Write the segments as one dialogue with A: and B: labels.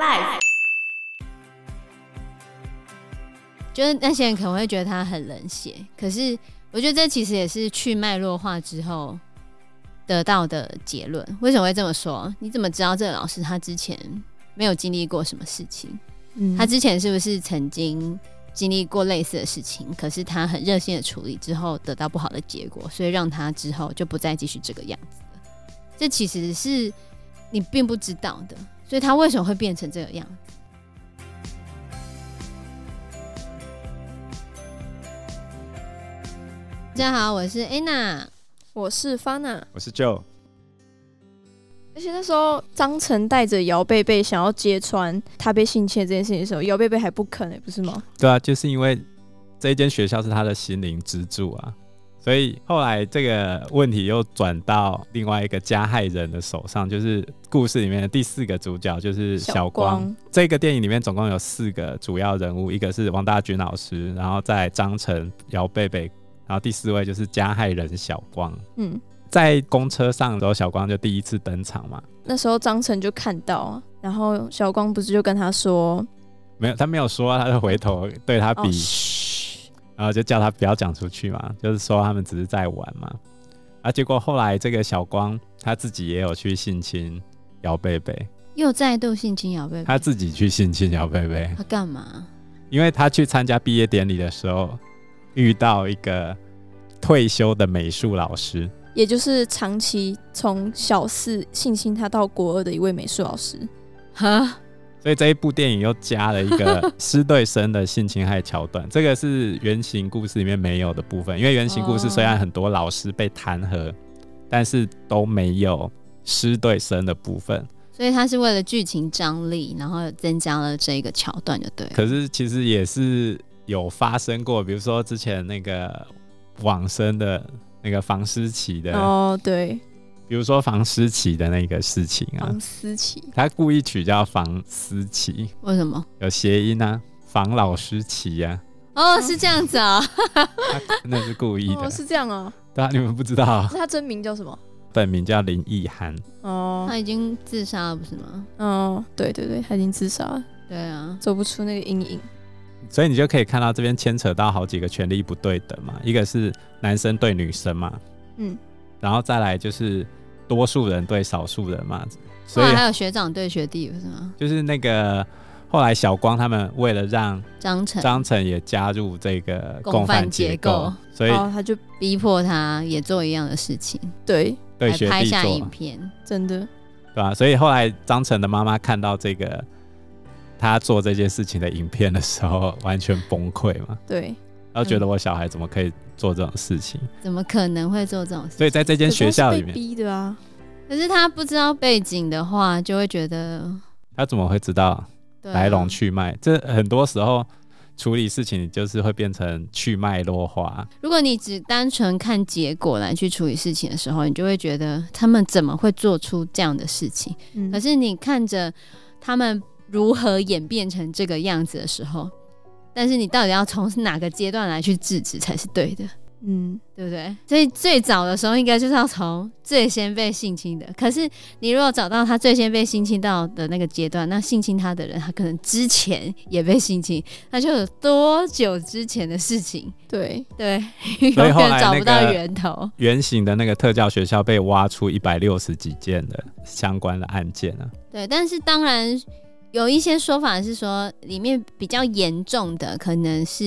A: Life
B: 就是那些人可能会觉得他很冷血，可是我觉得这其实也是去脉络化之后得到的结论。为什么会这么说？你怎么知道这个老师他之前没有经历过什么事情？
C: 嗯
B: 他之前是不是曾经经历过类似的事情？可是他很热心的处理之后，得到不好的结果，所以让他之后就不再继续这个样子了。这其实是你并不知道的，所以他为什么会变成这个样子？大家好，我是 Anna。
C: 我是 Fana，
D: 我是 Joe，
C: 而且那时候张晨带着姚贝贝想要揭穿他被性侵这件事情的时候，姚贝贝还不肯哎、不是吗？
D: 对啊，就是因为这一间学校是他的心灵支柱啊，所以后来这个问题又转到另外一个加害人的手上，就是故事里面的第四个主角就是小光。这个电影里面总共有四个主要人物，一个是王大军老师，然后在张晨、姚贝贝，然后第四位就是加害人小光。
C: 嗯，
D: 在公车上的时候，小光就第一次登场嘛，
C: 那时候张晨就看到啊，然后小光不是就跟他说，
D: 没有，他没有说啊，他就回头对他比
C: 哦，嘘，
D: 然后就叫他不要讲出去嘛，就是说他们只是在玩嘛。啊，结果后来这个小光他自己也有去性侵姚贝贝，
B: 又再度性侵姚贝贝，
D: 他自己去性侵姚贝贝，
B: 他干嘛？
D: 因为他去参加毕业典礼的时候遇到一个退休的美术老师，
C: 也就是长期从小四性侵他到国二的一位美术老师。
B: 哈，
D: 所以这一部电影又加了一个师对生的性侵害桥段，这个是原型故事里面没有的部分。因为原型故事虽然很多老师被弹劾，但是都没有师对生的部分。
B: 所以他是为了剧情张力，然后增加了这个桥段，就对了。
D: 可是其实也是有发生过，比如说之前那个往生的那个房思琪的，
C: 哦，对，
D: 比如说房思琪的那个事情啊，
C: 房思琪，
D: 他故意取叫房思琪，
B: 为什么？
D: 有谐音啊，房老师琪 呀、
B: 哦，是这样子啊、
D: 啊，那是故意的，
C: 哦，是这样哦，
D: 对啊，你们不知道，
C: 那他真名叫什么？
D: 本名叫林奕涵，
C: 哦
B: 他已经自杀了，不是吗？
C: 哦，对对对，他已经自杀了，
B: 对啊，
C: 走不出那个阴影。
D: 所以你就可以看到这边牵扯到好几个权利不对等嘛，一个是男生对女生嘛，
C: 嗯，
D: 然后再来就是多数人对少数人嘛，
B: 后
D: 所以
B: 来还有学长对学弟，不是吗？
D: 就是那个后来小光他们为了让
B: 张晨
D: 张晨也加入这个
B: 共
D: 共
B: 犯
D: 犯
B: 结
D: 结
B: 构哦
D: 构，所以
C: 然后他就
B: 逼迫他也做一样的事情，
C: 对，
D: 对
B: 还
D: 学
B: 拍
D: 弟
B: 下
D: 做
B: 影
D: 嘛，
B: 片。
C: 真的，
D: 对吧、所以后来张晨的妈妈看到这个他做这件事情的影片的时候，完全崩溃 嘛，
C: 对，
D: 然后觉得我小孩怎么可以做这种事情？
B: 怎么可能会做这种事？
D: 所以在这间学校里
C: 可是他是被
D: 面，
C: 逼的啊，
B: 可是他不知道背景的话，就会觉得、
D: 他怎么会知道
B: 对啊
D: 来龙去脉？这很多时候处理事情就是会变成去脉络化。
B: 如果你只单纯看结果来去处理事情的时候，你就会觉得他们怎么会做出这样的事情？
C: 嗯
B: 可是你看着他们如何演变成这个样子的时候，但是你到底要从哪个阶段来去制止才是对的，
C: 嗯，
B: 对不对？所以最早的时候应该就是要从最先被性侵的。可是你如果找到他最先被性侵到的那个阶段，那性侵他的人他可能之前也被性侵，那就有多久之前的事情？
C: 对，
B: 对，
D: 所以
B: 永
D: 后
B: 远
D: 来
B: 找
D: 那
B: 不到
D: 个
B: 源头。
D: 原型的那个特教学校被挖出一百六十几件的相关的案件啊，
B: 对，但是当然有一些说法是说，里面比较严重的可能是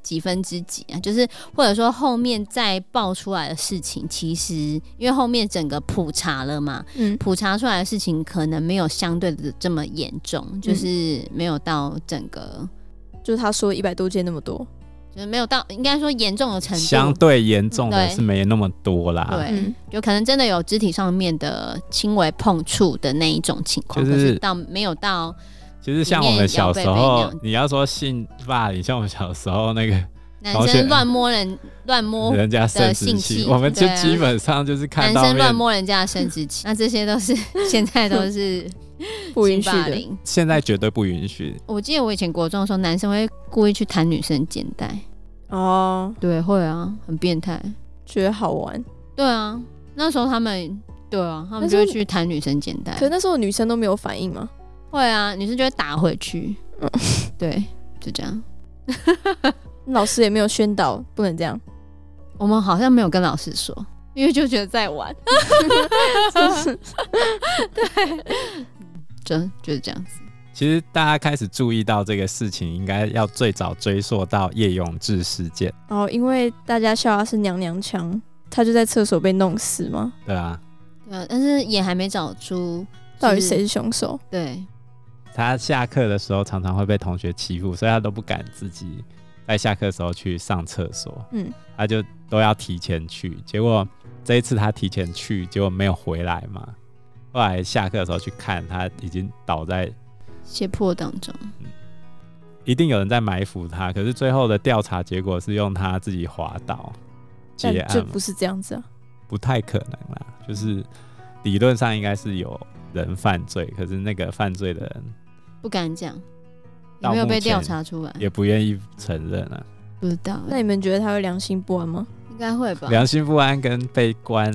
B: 几分之几啊，就是或者说后面再爆出来的事情，其实因为后面整个普查了嘛，
C: 嗯，
B: 普查出来的事情可能没有相对的这么严重，
D: 嗯
B: 就是没有到整个，
C: 就是他说一百多件那么多，
B: 就是没有到应该说严重的程
D: 相
B: 度，
D: 对严重的
B: 对
D: 是没那么多啦。
B: 对
C: 嗯，
B: 有可能真的有肢体上面的轻微碰触的那一种情况，
D: 就是
B: 可是到没有到
D: 其实像我们小时
B: 里面有
D: 候
B: 被被，
D: 你要说性霸凌，像我们小时候那个
B: 男
D: 同学
B: 生乱摸人乱摸
D: 人家生殖
B: 性
D: 器，
B: 器
D: 我们就
B: 哦对啊
D: 基本上就是看
B: 男
D: 到
B: 生
D: 面
B: 乱摸人家的生殖器，那这些都 是现在都是
C: 不允许
B: 性霸
C: 的，
B: 凌。
D: 现在绝对不允许。
B: 我记得我以前国中的时候，男生会故意去弹女生肩带，
C: 哦，
B: 对，会啊，很变态。
C: 觉得好玩。
B: 对啊，那时候他们，对啊，他们
C: 那时
B: 就
C: 候
B: 会去弹女生肩带
C: 可。是那时候女生都没有反应嘛，
B: 会啊，女生就会打回去
C: 嗯。
B: 对，就这样。
C: 老师也没有宣导不能这 样，
B: 我们好像没有跟老师说，因为就觉得在 玩，
C: 就是
B: 真就是这样子。
D: 其实大家开始注意到这个事情，应该要最早追溯到叶永志事件，
C: 然后哦因为大家笑他是娘娘腔，他就在厕所被弄死嘛，
D: 对啊，
B: 对啊，但是也还没找出
C: 到底
B: 是
C: 谁是凶手？
B: 对。
D: 他下课的时候常常会被同学欺负，所以他都不敢自己在下课的时候去上厕所，
C: 嗯，
D: 他就都要提前去。结果这一次他提前去，结果没有回来嘛。后来下课的时候去看，他已经倒在，
B: 胁迫当中，
D: 一定有人在埋伏他。可是最后的调查结果是用他自己滑倒结
C: 但
D: 案
C: 就
D: 嘛，
C: 不是这样子啊，
D: 不太可能啦。就是理论上应该是有人犯罪，可是那个犯罪的人
B: 不敢讲，也
D: 到
B: 没有被
D: 目前
B: 调查出来，
D: 也不愿意承认啊。
B: 不知道，
C: 那你们觉得他会良心不安吗？
B: 应该会
C: 啊
B: 吧？
D: 良心不安跟被关，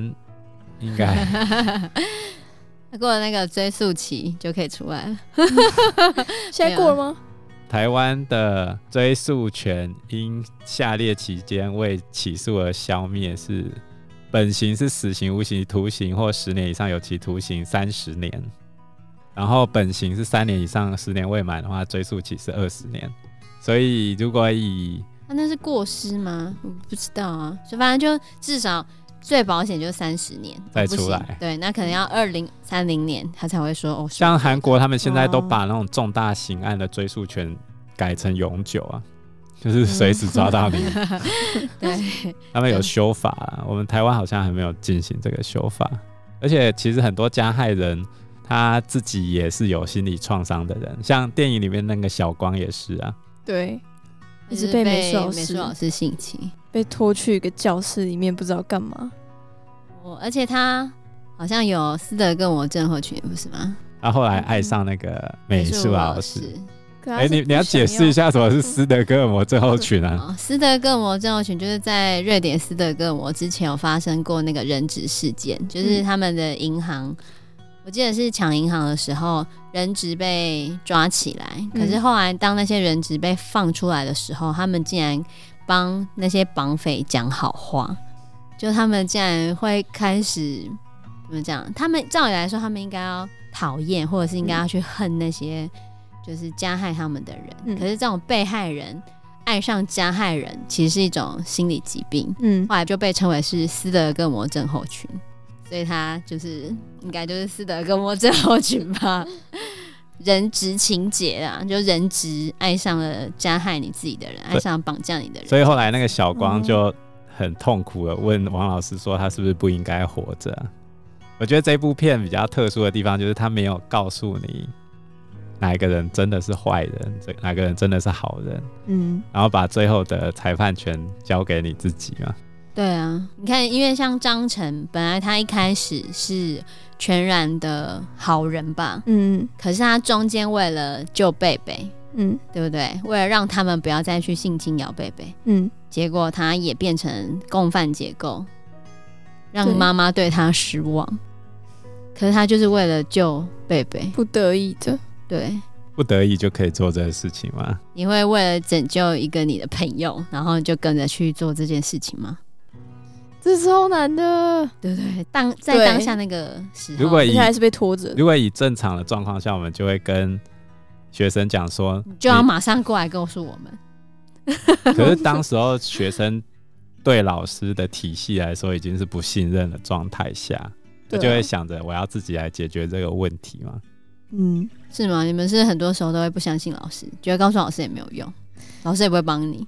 D: 应该
B: 过 了那个追溯期就可以出来 了。
C: 现在过了吗？
D: 台湾的追诉权因下列期间未起诉而消灭是：本刑是死刑、无期徒刑或十年以上有期徒刑三十年；然后本刑是三年以上十年未满的话，追诉期是二十年。所以如果以
B: 啊、那是过失吗？我不知道啊，就反正就至少最保险就三十年
D: 再
B: 不行
D: 出来嗯
B: 对，那可能要二零三零年他才会说哦，是
D: 像韩国他们现在都
C: 哦
D: 把那种重大刑案的追诉权改成永久啊，就是随时抓到你。
B: 对，
D: 他们有
B: 对
D: 修法啦，我们台湾好像还没有进行这个修法。而且其实很多加害人他自己也是有心理创伤的人，像电影里面那个小光也是啊，
C: 对，一
B: 就是
C: 直
B: 被
C: 被美术老
B: 美术
C: 师
B: 老师性侵
C: 被拖去一个教室里面，不知道干嘛。
B: 我，而且他好像有斯德跟我症候群，不是吗？
D: 他后来爱上那个美术老师。
C: 可
D: 哎、你你要解释一
C: 下，
D: 下什么是斯德哥尔摩症候群啊？
B: 哦，斯德哥尔摩症候群就是在瑞典斯德哥尔摩之前有发生过那个人质事件，就是
C: 嗯
B: 他们的银行，我记得是抢银行的时候，人质被抓起来，可是
C: 嗯
B: 后来当那些人质被放出来的时候，他们竟然帮那些绑匪讲好话，就他们竟然会开始怎么讲？他们照理来说，他们应该要讨厌，或者是应该要去恨那些就是加害他们的人。
C: 嗯
B: 可是这种被害人爱上加害人，其实是一种心理疾病，
C: 嗯，
B: 后来就被称为是斯德哥尔摩症候群。所以他就是应该就是斯德哥尔摩症候群吧，人质情节啊，就人质爱上了加害你自己的人，爱上绑架你的人。
D: 所以后来那个小
B: 哦
D: 光就很痛苦的问王老师说，他是不是不应该活着啊、我觉得这部片比较特殊的地方就是他没有告诉你哪一个人真的是坏人，这哪个人真的是好人，
C: 嗯，
D: 然后把最后的裁判权交给你自己嘛。
B: 对啊，你看，因为像张晨，本来他一开始是全然的好人吧，
C: 嗯
B: 可是他中间为了救贝贝，
C: 嗯
B: 对不对？为了让他们不要再去性侵姚贝贝，
C: 嗯，
B: 结果他也变成共犯结构，让
C: 对
B: 妈妈对他失望。可是他就是为了救贝贝，
C: 不得已的，
B: 对，
D: 不得已就可以做这个事情嘛？
B: 你会为了拯救一个你的朋友，然后就跟着去做这件事情吗？
C: 这超难的，
B: 对不对？当在
C: 对
B: 当下那个时候，
D: 如果
C: 而
D: 以
C: 且还是被拖着。
D: 如果以正常的状况下，我们就会跟学生讲说，
B: 你就要马上过来告诉我们。
D: 可是当时候学生对老师的体系来说已经是不信任的状态下，他
C: 对啊
D: 就会想着我要自己来解决这个问题嘛。
C: 嗯，
B: 是吗？你们是很多时候都会不相信老师，觉得告诉老师也没有用，老师也不会帮你。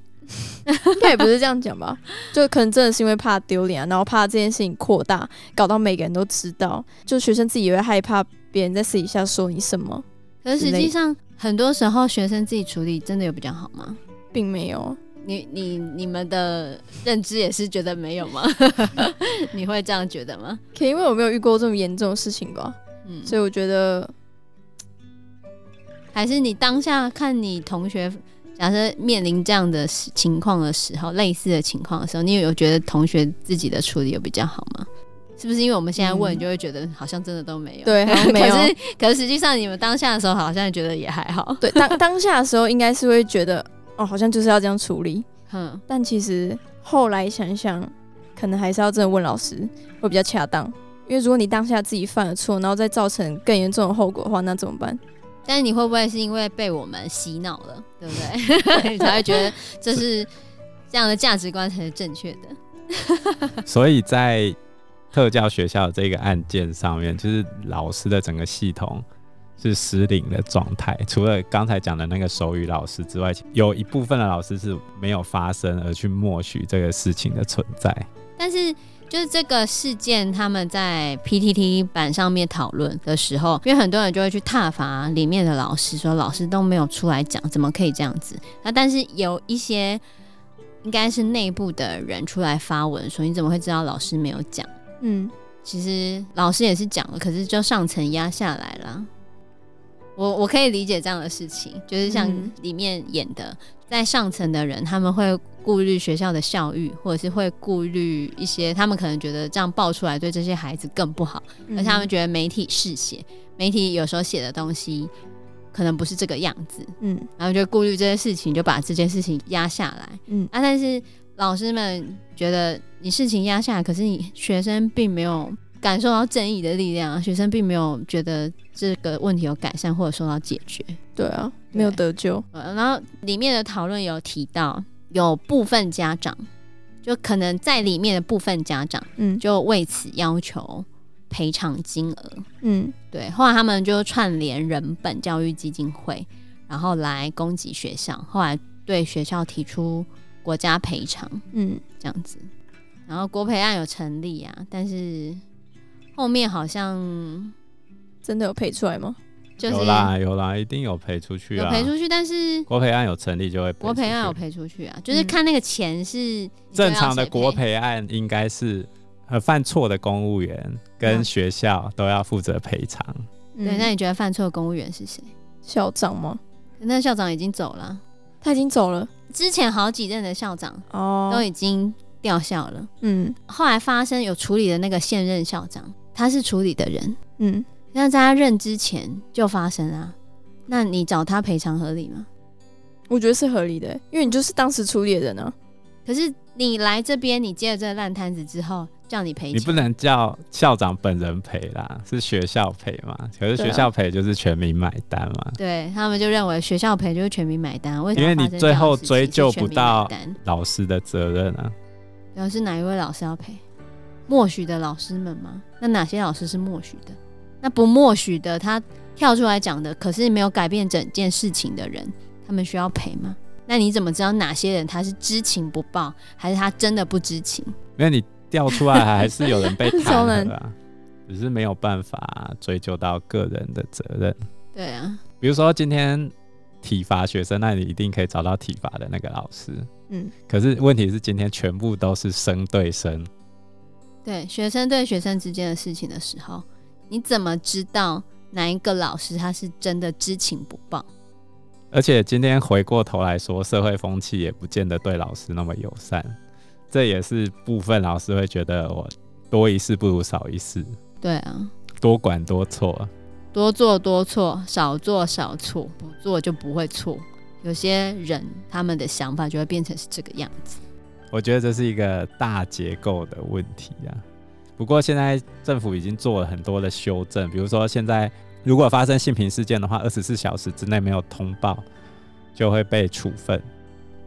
C: 应该也不是这样讲吧？ 就可能真的是因为怕丢脸、啊，然后怕这件事情扩大，搞到每个人都知道，就学生自己也会害怕别人在私底下说你什么，
B: 可是实
C: 之类
B: 际
C: 的
B: 上，很多时候学生自己处理真的有比较好吗？
C: 并没有。
B: 你你你们的认知也是觉得没有吗？ 你会这样觉得吗？
C: 可能因为我没有遇过这么严重的事情吧，
B: 嗯，
C: 所以我觉 得
B: 还是你当下看你同学，假设面临这样的事情况的时候，类似的情况的时候，你有觉得同学自己的处理有比较好吗？是不是因为我们现在问，
C: 嗯
B: 就会觉得好像真的都没有？
C: 对好像没 有
B: 可是可是实际上你们当下的时候，好像觉得也还 好。
C: 对，当当下的时候应该是会觉得哦，好像就是要这样处理，
B: 嗯，
C: 但其实后来想想，可能还是要真的问老师会比较恰当。因为如果你当下自己犯了错，然后再造成更严重的后果的话，那怎么办？
B: 但是你会不会是因为被我们洗脑了，对不 对？你 才会觉得这是这样的价值观才是正确的？
D: 所以在特教学校的这个案件上面，就是老师的整个系统是失灵的状态。除了刚才讲的那个手语老师之外，有一部分的老师是没有发生而去默许这个事情的存在。
B: 但是就是这个事件，他们在 PTT 版上面讨论的时候，因为很多人就会去挞伐里面的老师，说老师都没有出来讲，怎么可以这样子？那但是有一些应该是内部的人出来发文说，你怎么会知道老师没有讲？
C: 嗯，
B: 其实老师也是讲了，可是就上层压下来了。我我可以理解这样的事情，就是像
C: 嗯
B: 里面演的，在上层的人他们会顾虑学校的校育，或者是会顾虑一些他们可能觉得这样爆出来对这些孩子更不好，
C: 嗯
B: 而且他们觉得媒体嗜血，媒体有时候写的东西可能不是这个样子，
C: 嗯
B: 然后就顾虑这些事情，就把这件事情压下来。
C: 嗯
B: 啊，但是老师们觉得你事情压下来，可是你学生并没有感受到正义的力量啊，学生并没有觉得这个问题有改善或者受到解决。
C: 对啊，没有得救。
B: 呃然后里面的讨论有提到，有部分家长就可能在里面的部分家长
C: 嗯
B: 就为此要求赔偿金额，
C: 嗯
B: 对，后来他们就串联人本教育基金会，然后来攻击学校，后来对学校提出国家赔偿。
C: 嗯，
B: 这样子。然后国培案有成立啊，但是后面好像
C: 真的有赔出来吗？
B: 就是
D: 有啦有啦，一定有赔出去
B: 有
D: 啊。
B: 赔出去，但是
D: 国培案有成立就会赔出去
B: 国培案有赔出去啊，就是看那个钱是
D: 嗯正常的国
B: 培，
D: 培案应该是。呃，犯错的公务员跟
B: 嗯
D: 学校都要负责赔偿。
B: 对，那
C: 嗯
B: 你觉得犯错的公务员是谁？
C: 校长吗？
B: 那校长已经走了，
C: 他已经走了
B: 之前好几任的校长
C: 哦
B: 都已经掉校了，
C: 嗯
B: 后来发生有处理的那个现任校长，他是处理的人，
C: 嗯，
B: 那在他任之前就发生啊，那你找他赔偿合理吗？
C: 我觉得是合理的，欸因为你就是当时处理的人啊。
B: 可是你来这边，你接了这个烂摊子之后，叫你赔
D: 你不
B: 钱，
D: 能叫校长本人赔啦，是学校赔嘛？可是
C: 对啊
D: 学校赔就是全民买单嘛。
B: 对他们就认为学校赔就是全民买单。为什么
D: 因为你
B: 发生这样的
D: 最后
B: 事情
D: 追究
B: 是全民
D: 不到
B: 买单
D: 老师的责任啊，
B: 然后是哪一位老师要赔？默许的老师们吗？那哪些老师是默许的？那不默许的，他跳出来讲的，可是没有改变整件事情的人，他们需要赔吗？那你怎么知道哪些人他是知情不报，还是他真的不知情？
D: 因为你调出来还是有人被 弹
C: 超
D: 劾啊，只是没有办法追究到个人的责任。
B: 对啊，
D: 比如说今天体罚学生，那你一定可以找到体罚的那个老师。
C: 嗯，
D: 可是问题是今天全部都是生对生，
B: 对学生对学生之间的事情的时候，你怎么知道哪一个老师他是真的知情不报？
D: 而且今天回过头来说，社会风气也不见得对老师那么友善，这也是部分老师会觉得我多一事不如少一事，
B: 对啊，
D: 多管多错。
B: 多做多错，少做少错，不做就不会错。有些人他们的想法就会变成是这个样子。
D: 我觉得这是一个大结构的问题啊。不过现在政府已经做了很多的修正，比如说现在如果发生性平事件的话，二十四小时之内没有通报就会被处分。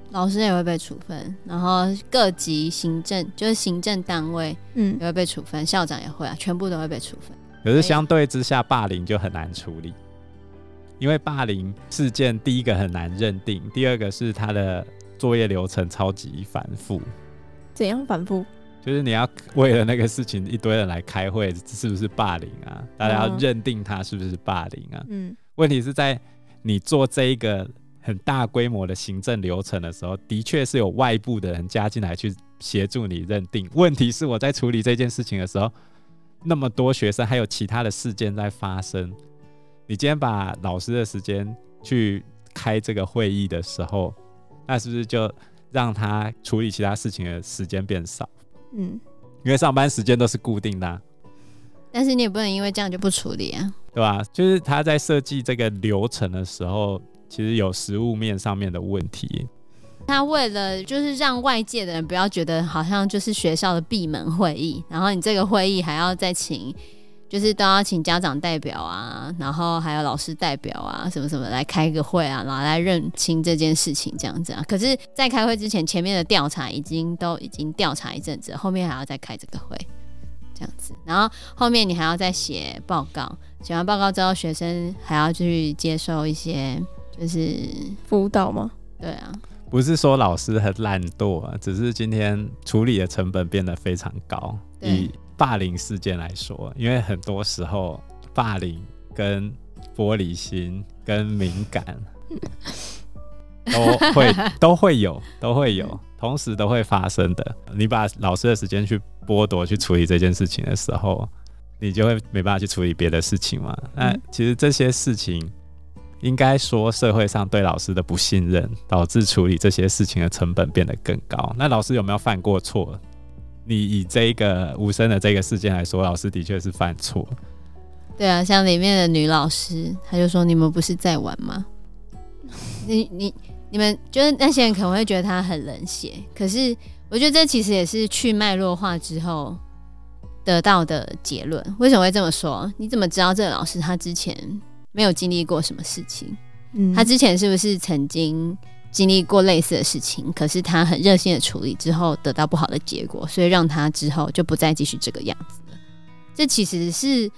B: 老师也会被处分，然后各级行政就是行政单位
C: 嗯
B: 也会被处分，校长也会啊，全部都会被处分。
D: 可是相对之下，霸凌就很难处理，因为霸凌事件第一个很难认定，第二个是它的作业流程超级繁复，
C: 怎样反复？
D: 就是你要为了那个事情一堆人来开会，是不是霸凌啊？大家要
C: 嗯
D: 认定它是不是霸凌啊？
C: 嗯
D: 问题是在你做这一个很大规模的行政流程的时候，的确是有外部的人加进来去协助你认定。问题是我在处理这件事情的时候，那么多学生还有其他的事件在发生，你今天把老师的时间去开这个会议的时候，那是不是就让他处理其他事情的时间变少？
C: 嗯，
D: 因为上班时间都是固定的啊、
B: 但是你也不能因为这样就不处理啊。
D: 对吧？就是他在设计这个流程的时候，其实有实物面上面的问题。
B: 他为了就是让外界的人不要觉得好像就是学校的闭门会议，然后你这个会议还要再请，就是都要请家长代表啊，然后还有老师代表啊，什么什么来开个会啊，然后来认清这件事情这样子啊。可是，在开会之前，前面的调查已经都已经调查一阵子了，后面还要再开这个会，这样子，然后后面你还要再写报告，写完报告之后，学生还要去接受一些，就是
C: 辅导吗？
B: 对啊，
D: 不是说老师很懒惰啊，只是今天处理的成本变得非常高。
B: 对
D: 以霸凌事件来说，因为很多时候霸凌跟玻璃心跟敏感都会都会有都会有，同时都会发生的。你把老师的时间去剥夺去处理这件事情的时候，你就会没办法去处理别的事情嘛。那
C: 嗯
D: 其实这些事情，应该说社会上对老师的不信任，导致处理这些事情的成本变得更高。那老师有没有犯过错？你以这一个无声的这个事件来说，老师的确是犯错，
B: 对啊，像里面的女老师，她就说：“你们不是在玩吗？你你你们就是那些人可能会觉得她很冷血，可是我觉得这其实也是去脉络化之后得到的结论。为什么会这么说？你怎么知道这个老师他之前没有经历过什么事情？
C: 嗯
B: 他之前是不是曾经经历过类似的事情？可是他很热心的处理之后，得到不好的结果，所以让他之后就不再继续这个样子了。这其实是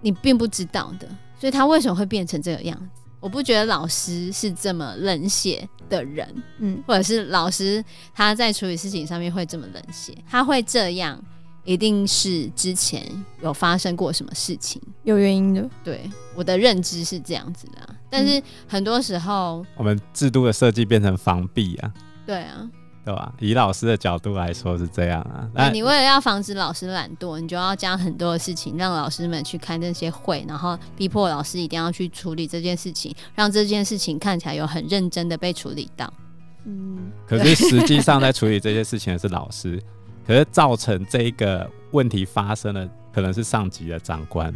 B: 你并不知道的，所以他为什么会变成这个样子？我不觉得老师是这么冷血的人，
C: 嗯
B: 或者是老师他在处理事情上面会这么冷血，他会这样，一定是之前有发生过什么事情。
C: 有原因的，
B: 对，我的认知是这样子的啊、但是很多时候，
D: 我们制度的设计变成防避啊，
B: 对啊，
D: 对吧？以老师的角度来说是这样啊。
B: 那
D: 那
B: 你为了要防止老师懒惰，你就要加很多的事情，让老师们去开那些会，然后逼迫老师一定要去处理这件事情，让这件事情看起来有很认真的被处理到。
C: 嗯，
D: 可是实际上在处理这些事情的是老师， 可是造成这一个问题发生的可能是上级的长官，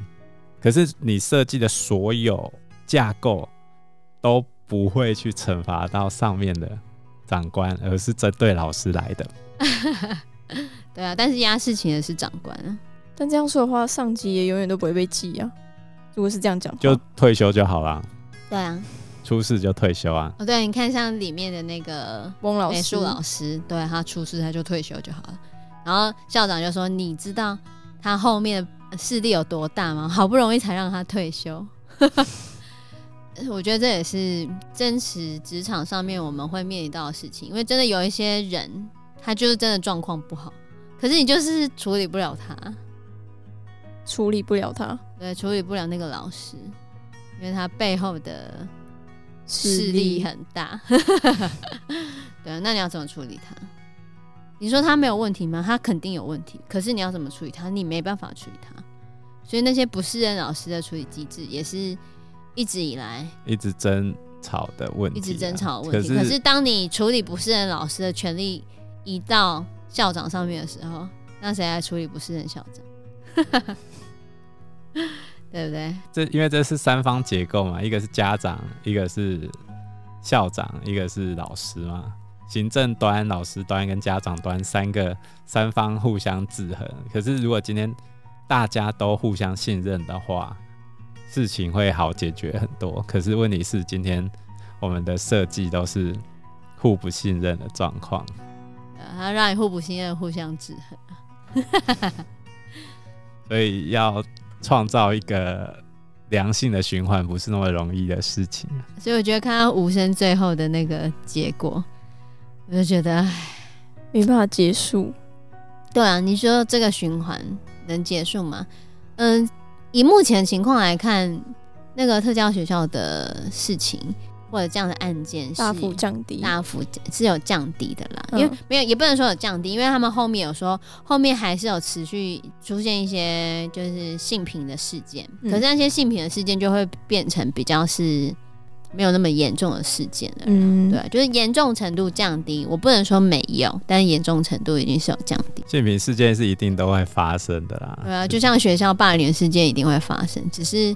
D: 可是你设计的所有架构都不会去惩罚到上面的长官，而是针对老师来的。
B: 对啊，但是压事情的是长官啊，
C: 但这样说的话，上级也永远都不会被记啊。如果是这样讲的话，
D: 就退休就好啦，
B: 对啊，
D: 出事就退休啊。
B: 哦对啊，你看像里面的那个
C: 翁老师，
B: 美术老师，对他出事他就退休就好了。然后校长就说：“你知道他后面的势力有多大吗？好不容易才让他退休。” 我觉得这也是真实职场上面我们会面临到的事情，因为真的有一些人他就是真的状况不好，可是你就是处理不了他，
C: 处理不了他
B: 对，处理不了那个老师，因为他背后的势
C: 势
B: 力
C: 力，
B: 很大。 对啊，那你要怎么处理他？你说他没有问题吗？他肯定有问题，可是你要怎么处理他？你没办法处理他，所以那些不是任老师的处理机制也是一直以来
D: 一直争吵的问题、
B: 一
D: 啊，
B: 直争吵的问题。可
D: 可
B: 是
D: 是
B: 当你处理不是任老师的权利移到校长上面的时候，那谁来处理不是任校长？ 对不对？
D: 这因为这是三方结构嘛，一个是家长，一个是校长，一个是老师嘛。行政端、老师端跟家长端三个三方互相制衡。可是如果今天大家都互相信任的话，事情会好解决很多。可是问题是，今天我们的设计都是互不信任的状况。
B: 呃他让你互不信任，互相制衡。
D: 所以要创造一个良性的循环，不是那么容易的事情。啊
B: 所以我觉得看到无声最后的那个结果，我就觉得，唉
C: 没办法结束。
B: 对啊，你说这个循环能结束吗？嗯，以目前情况来看，那个特教学校的事情或者这样的案件是
C: 大幅降低，
B: 大幅是有降低的啦，
C: 嗯
B: 因为没有也不能说有降低，因为他们后面有说后面还是有持续出现一些就是性平的事件，
C: 嗯
B: 可是那些性平的事件就会变成比较是没有那么严重的事件了。
C: 嗯，
B: 对，啊就是严重程度降低，我不能说没有，但严重程度一定是有降低。
D: 性平事件是一定都会发生的啦。
B: 对啊，就像学校霸凌事件一定会发生，只是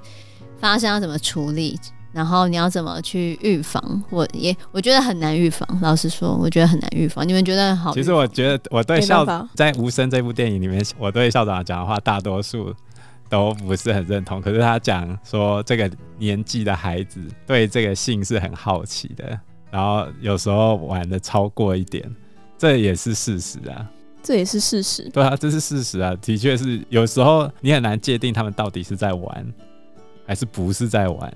B: 发生要怎么处理，然后你要怎么去预防，我也我觉得很难预防。老实说，我觉得很难预防。你们觉得好预防？
D: 其实我觉得我对
C: 没
D: 校
C: 办法，
D: 在《无声》这部电影里面，我对校长讲的话大多数都不是很认同。可是他讲说，这个年纪的孩子对这个性是很好奇的，然后有时候玩的超过一点，这也是事实啊。
C: 这也是事实。
D: 对啊，这是事实啊，的确是有时候你很难界定他们到底是在玩还是不是在玩。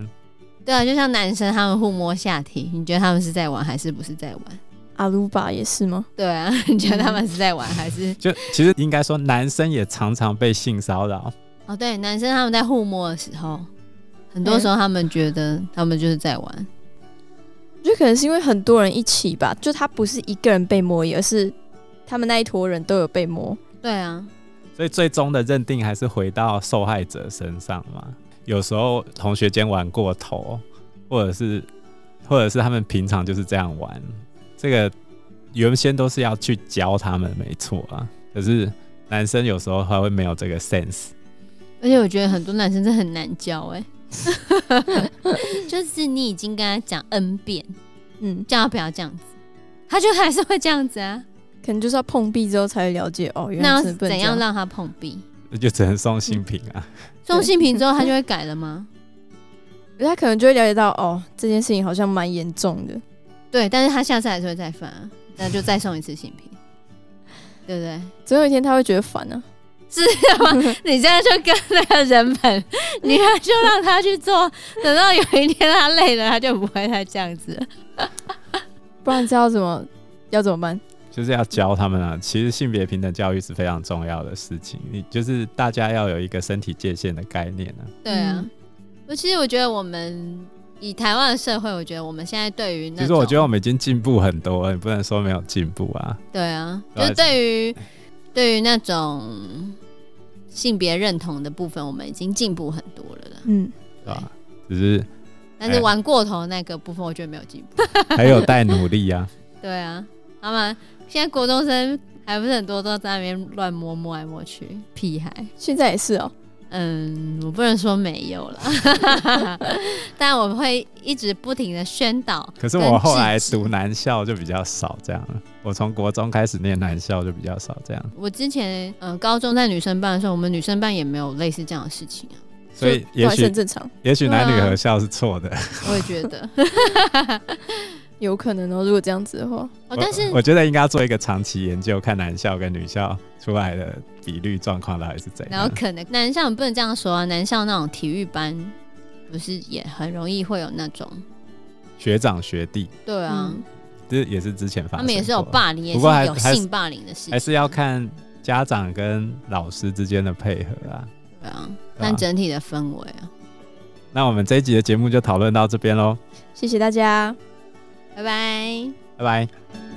B: 对啊，就像男生他们互摸下体，你觉得他们是在玩还是不是在玩？
C: 阿鲁巴也是吗？
B: 对啊，你觉得他们是在玩还是？
D: 就其实应该说，男生也常常被性骚扰。
B: 哦，对，男生他们在互摸的时候，很多时候他们觉得他们就是在玩。
C: 我觉得可能是因为很多人一起吧，就他不是一个人被摸，而是他们那一坨人都有被摸。
B: 对啊，
D: 所以最终的认定还是回到受害者身上嘛。有时候同学间玩过头，或者是或者是他们平常就是这样玩，这个原先都是要去教他们，没错啊。可是男生有时候还会没有这个 sense，
B: 而且我觉得很多男生真的很难教哎、 就是你已经跟他讲 N 遍，
C: 嗯，
B: 叫他不要这样子，他就还是会这样子啊。
C: 可能就是要碰壁之后才会了解哦，原来
B: 那要
C: 真的不能
B: 怎
C: 这
B: 样让他碰壁？
D: 就只能送性平啊。
B: 送性平之后他就会改了吗？
C: 他可能就会了解到哦，这件事情好像蛮严重的。
B: 对，但是他下次还是会再犯、啊，那就再送一次性平，对不 对？
C: 总有一天他会觉得烦啊。
B: 是吗？你现在就跟那个人本，你看就让他去做，等到有一天他累了，他就不会再这样子了。
C: 不然知道怎么要怎么办？
D: 就是要教他们啊。其实性别平等教育是非常重要的事情，你就是大家要有一个身体界限的概念啊。
B: 对啊
C: 嗯，
B: 我、其实我觉得我们以台湾的社会，我觉得我们现在对于那
D: 其实我觉得
B: 种
D: 我们已经进步很多了，你不能说没有进步啊。
B: 对啊，
D: 对
B: 就
D: 啊
B: 是对于对于那种性别认同的部分，我们已经进步很多了啦。
C: 嗯，
D: 对吧？只是
B: 但是
D: 哎
B: 玩过头那个部分，我觉得没有进步。
D: 还有待努力啊。
B: 对啊，他们现在国中生还不是很多都在那边乱摸摸来摸去，屁孩。
C: 现在也是哦。
B: 嗯，我不能说没有了， 但我会一直不停的宣导。
D: 可是我后来读，男校就比较少这样了，我从国中开始念男校就比较少这样，
B: 我之前嗯、呃高中在女生班的时候，我们女生班也没有类似这样的事情啊，
D: 所以
C: 就
D: 也
C: 还是
D: 许
C: 很正常，
D: 也许男女
B: 对啊
D: 合校是错的。
B: 我也觉得。
C: 有可能哦。如果这样子的话，
B: 哦，但是
D: 我我觉得应该要做一个长期研究，看男校跟女校出来的比率状况到底是怎
B: 然后
D: 样。
B: 可能男校你不能这样说啊，男校那种体育班不是也很容易会有那种
D: 学长学弟，
B: 对啊，
C: 嗯
D: 这也是之前发生过，
B: 他们也是有霸凌，也
D: 不
B: 是
D: 过还
B: 有
D: 还是
B: 性霸凌的事情，
D: 还是要看家长跟老师之间的配合啊。
B: 对啊，但整体的氛围啊，
D: 那我们这一集的节目就讨论到这边喽，
C: 谢谢大家。
B: 拜拜。
D: 拜拜。